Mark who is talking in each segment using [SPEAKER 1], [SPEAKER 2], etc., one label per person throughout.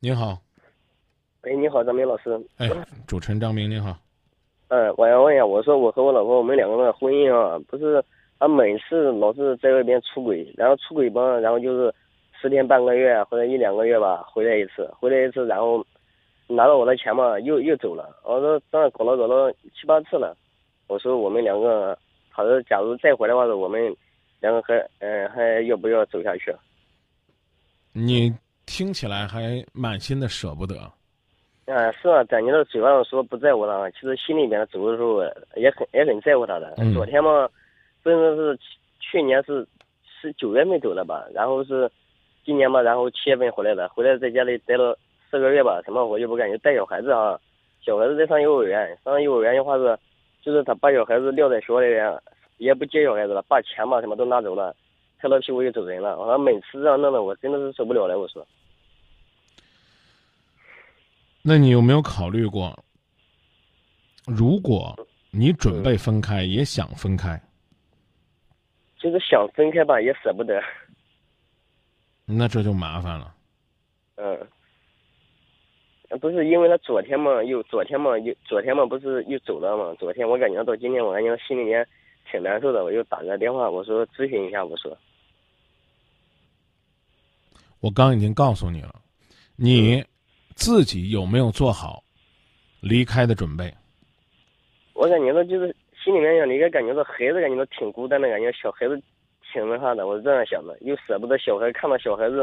[SPEAKER 1] 您好，
[SPEAKER 2] 喂，你好，张明老师。
[SPEAKER 1] 哎，主持人张明您好，
[SPEAKER 2] 嗯，我想问一下，我说我和我老婆，我们两个人的婚姻啊，不是她每次老是在外边出轨，然后出轨吧，然后就是十天半个月啊或者一两个月吧，回来一次，回来一次，然后拿到我的钱嘛，又又走了。我说这样搞了搞了七八次了，我说我们两个，他说假如再回来的话，我们两个还嗯、呃、还要不要走下去？
[SPEAKER 1] 你听起来还满心的舍不得。
[SPEAKER 2] 嗯，是啊，感觉到嘴巴上说不在乎他，其实心里边走的时候也很也很在乎他的。
[SPEAKER 1] 嗯
[SPEAKER 2] 昨天嘛，真的是去去年是是九月份走的吧，然后是今年嘛，然后七月份回来的，回来在家里待了四个月吧，什么我就不感觉带小孩子啊，小孩子在上幼儿园，上幼儿园的话是，就是他把小孩子撂在学校里边，也不接小孩子了，把钱嘛什么都拿走了，拍了屁股就走人了。我说每次这样弄的，我真的是受不了了，我说。
[SPEAKER 1] 那你有没有考虑过，如果你准备分开，也想分开，
[SPEAKER 2] 就是想分开吧，也舍不得，
[SPEAKER 1] 那这就麻烦了。
[SPEAKER 2] 嗯，呃不是因为他昨天嘛，又昨天嘛，又昨天嘛，不是又走了嘛？昨天我感觉到今天，我感觉到心里面挺难受的，我又打个电话，我说咨询一下，我说，
[SPEAKER 1] 我刚已经告诉你了，你自己有没有做好离开的准备？
[SPEAKER 2] 我感觉到就是心里面有一个感觉到孩子感觉到挺孤单的感觉，小孩子挺那啥的，我是这样想的，又舍不得小孩，看到小孩子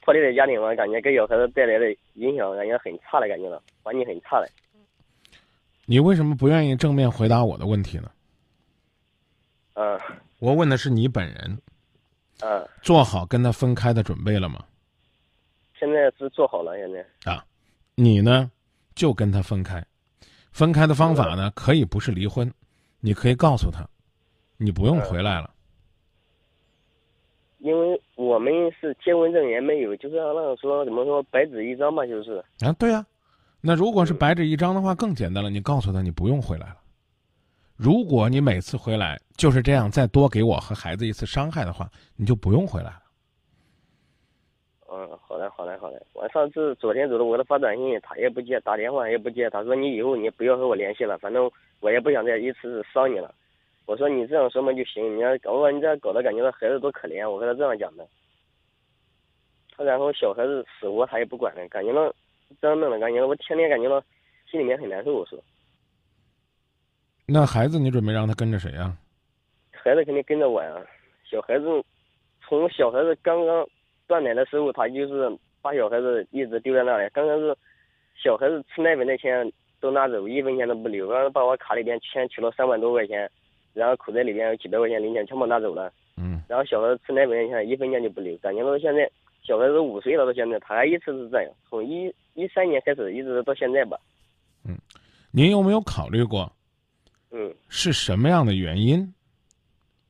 [SPEAKER 2] 破裂的家庭嘛，感觉给小孩子带来的影响感觉很差的感觉了，环境很差的。
[SPEAKER 1] 你为什么不愿意正面回答我的问题呢？
[SPEAKER 2] 嗯
[SPEAKER 1] 我问的是你本人，
[SPEAKER 2] 嗯，
[SPEAKER 1] 做好跟他分开的准备了吗？
[SPEAKER 2] 现在是做好了，现在
[SPEAKER 1] 啊，你呢就跟他分开，分开的方法呢可以不是离婚，你可以告诉他，你不用回来了。
[SPEAKER 2] 因为我们是结婚证也没有，就是让那说怎么说白纸一张吧，就是
[SPEAKER 1] 啊，对呀、那如果是白纸一张的话，更简单了。你告诉他你不用回来了。如果你每次回来就是这样，再多给我和孩子一次伤害的话，你就不用回来了。
[SPEAKER 2] 嗯，好嘞，好嘞，好嘞。我上次昨天走了，我给他发短信，他也不接，打电话也不接。他说你以后你不要和我联系了，反正我也不想再一次伤你了。我说你这样说嘛就行，你要我说你这样搞得感觉到孩子多可怜，我跟他这样讲的。他然后小孩子死活他也不管了，感觉到这样弄的感觉到我天天感觉到心里面很难受。我说
[SPEAKER 1] 那孩子，你准备让他跟着谁啊？
[SPEAKER 2] 孩子肯定跟着我呀。小孩子从小孩子刚刚断奶的时候，他就是把小孩子一直丢在那里。刚开始小孩子吃奶粉的钱都拿走，一分钱都不留，然后把我卡里边先取了三万多块钱，然后口袋里边有几百块钱零钱全部拿走了。
[SPEAKER 1] 嗯，
[SPEAKER 2] 然后小孩子吃奶粉的钱一分钱就不留，感觉到现在小孩子都五岁了，到现在他还一直是这样，从一一三年开始一直到现在吧。
[SPEAKER 1] 您有没有考虑过
[SPEAKER 2] 嗯，
[SPEAKER 1] 是什么样的原因？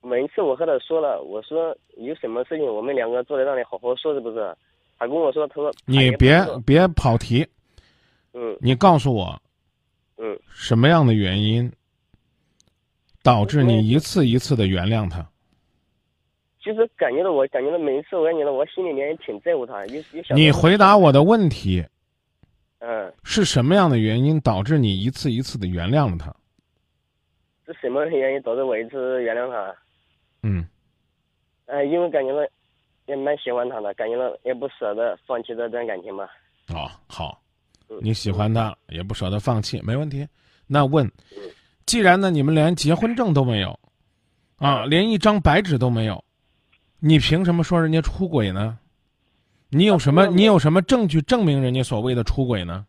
[SPEAKER 2] 每一次我和他说了，我说有什么事情我们两个坐在那里好好说，是不是？他跟我说，他说他
[SPEAKER 1] 你
[SPEAKER 2] 哎也不
[SPEAKER 1] 别
[SPEAKER 2] 知道
[SPEAKER 1] 别跑题，
[SPEAKER 2] 嗯
[SPEAKER 1] 你告诉我
[SPEAKER 2] 嗯，
[SPEAKER 1] 什么样的原因导致你一次一次的原谅他？
[SPEAKER 2] 就是感觉到我感觉到每一次我感觉到我心里面也挺在乎他，有有想
[SPEAKER 1] 你回答我的问题
[SPEAKER 2] 嗯，
[SPEAKER 1] 是什么样的原因导致你一次一次的原谅了他？
[SPEAKER 2] 是什么原因导致我一直原谅他？
[SPEAKER 1] 嗯，
[SPEAKER 2] 呃，因为感觉到也蛮喜欢他的，感觉到也不舍得放弃这段感情吧。
[SPEAKER 1] 哦，好
[SPEAKER 2] 嗯，
[SPEAKER 1] 你喜欢他也不舍得放弃，没问题。那问
[SPEAKER 2] 嗯，
[SPEAKER 1] 既然呢你们连结婚证都没有，啊，
[SPEAKER 2] 嗯
[SPEAKER 1] 连一张白纸都没有，你凭什么说人家出轨呢？你有什么
[SPEAKER 2] 那我
[SPEAKER 1] 你有什么证据证明人家所谓的出轨呢？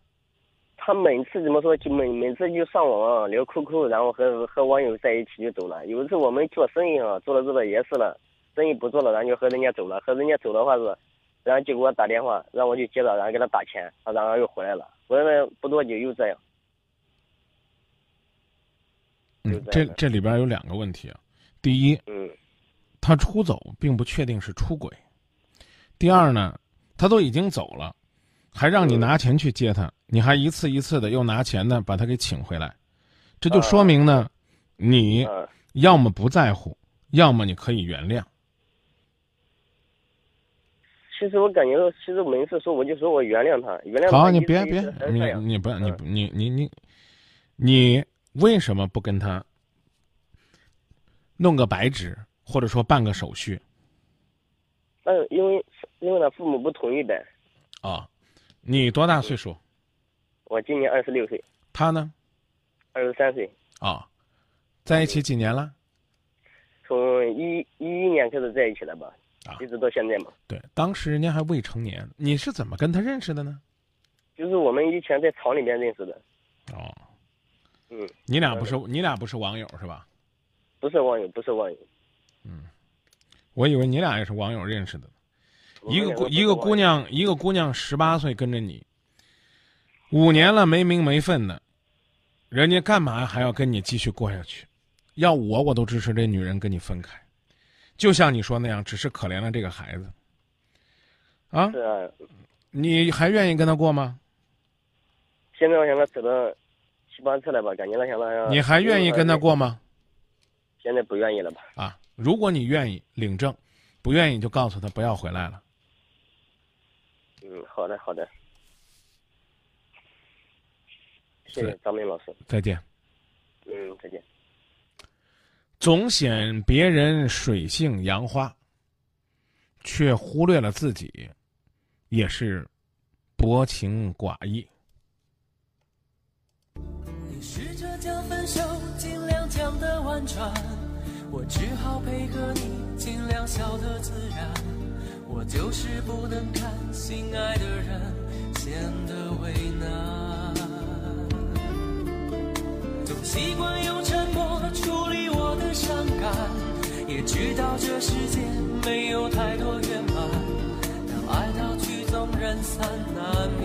[SPEAKER 2] 他每次怎么说，就每每次就上网啊聊 QQ，然后和和网友在一起就走了。有一次我们做生意啊，做着做着也是了，生意不做了，然后就和人家走了。和人家走的话是，然后就给我打电话，让我去接他，然后给他打钱，他然后又回来了。回来不多久又这样，
[SPEAKER 1] 嗯
[SPEAKER 2] 就，在
[SPEAKER 1] 这
[SPEAKER 2] 那
[SPEAKER 1] 这里边有两个问题啊。第一，
[SPEAKER 2] 嗯
[SPEAKER 1] 他出走并不确定是出轨；第二呢，他都已经走了，还让你
[SPEAKER 2] 嗯
[SPEAKER 1] 拿钱去接他，你还一次一次的又拿钱呢把他给请回来，这就说明呢，你
[SPEAKER 2] 嗯，
[SPEAKER 1] 要么不在乎，要么你可以原谅。
[SPEAKER 2] 其实我感觉，其实我没事说，我就说我原谅他，原谅他。
[SPEAKER 1] 好，
[SPEAKER 2] 一
[SPEAKER 1] 你
[SPEAKER 2] 次
[SPEAKER 1] 别
[SPEAKER 2] 一
[SPEAKER 1] 别
[SPEAKER 2] 次还，是
[SPEAKER 1] 你
[SPEAKER 2] 这样
[SPEAKER 1] 你不你
[SPEAKER 2] 嗯
[SPEAKER 1] 你你你，你为什么不跟他弄个白纸，或者说办个手续
[SPEAKER 2] 但是因为因为他父母不同意呗。
[SPEAKER 1] 啊？你多大岁数？
[SPEAKER 2] 我今年二十六岁，
[SPEAKER 1] 他呢？
[SPEAKER 2] 二十三岁，
[SPEAKER 1] 啊，在一起几年了？
[SPEAKER 2] 从一一一年开始在一起了吧
[SPEAKER 1] 啊，
[SPEAKER 2] 一直到现在嘛。
[SPEAKER 1] 对，当时人家还未成年，你是怎么跟他认识的呢？
[SPEAKER 2] 就是我们以前在厂里面认识的，
[SPEAKER 1] 哦，
[SPEAKER 2] 嗯，
[SPEAKER 1] 你俩不是你俩不是网友是吧？
[SPEAKER 2] 不是网友，不是网友。
[SPEAKER 1] 我以为你俩也是网友认识的。
[SPEAKER 2] 我们
[SPEAKER 1] 一个
[SPEAKER 2] 两
[SPEAKER 1] 姑
[SPEAKER 2] 不是
[SPEAKER 1] 一个
[SPEAKER 2] 网
[SPEAKER 1] 姑
[SPEAKER 2] 友，
[SPEAKER 1] 娘，一个姑娘十八岁跟着你，五年了没名没分的，人家干嘛还要跟你继续过下去？要我我都支持这女人跟你分开，就像你说那样，只是可怜了这个孩子。啊，
[SPEAKER 2] 是啊，
[SPEAKER 1] 你还愿意跟他过吗？
[SPEAKER 2] 现在我想他走了七八次了吧，感觉他想他
[SPEAKER 1] 你还愿意跟他？过吗？
[SPEAKER 2] 现在不愿意了吧？
[SPEAKER 1] 啊，如果你愿意领证，不愿意就告诉他不要回来了。
[SPEAKER 2] 嗯，好的，好的。谢谢
[SPEAKER 1] 对
[SPEAKER 2] 张明老师，
[SPEAKER 1] 再见。
[SPEAKER 2] 嗯，再见。
[SPEAKER 1] 总显别人水性杨花，却忽略了自己，也是薄情寡义。
[SPEAKER 3] 你试着将分手尽量讲的婉转，我只好配合你尽量笑得自然。我就是不能看心爱的人显得为难，总习惯用沉默处理我的伤感，也知道这世界没有太多圆满，当爱到曲终人散难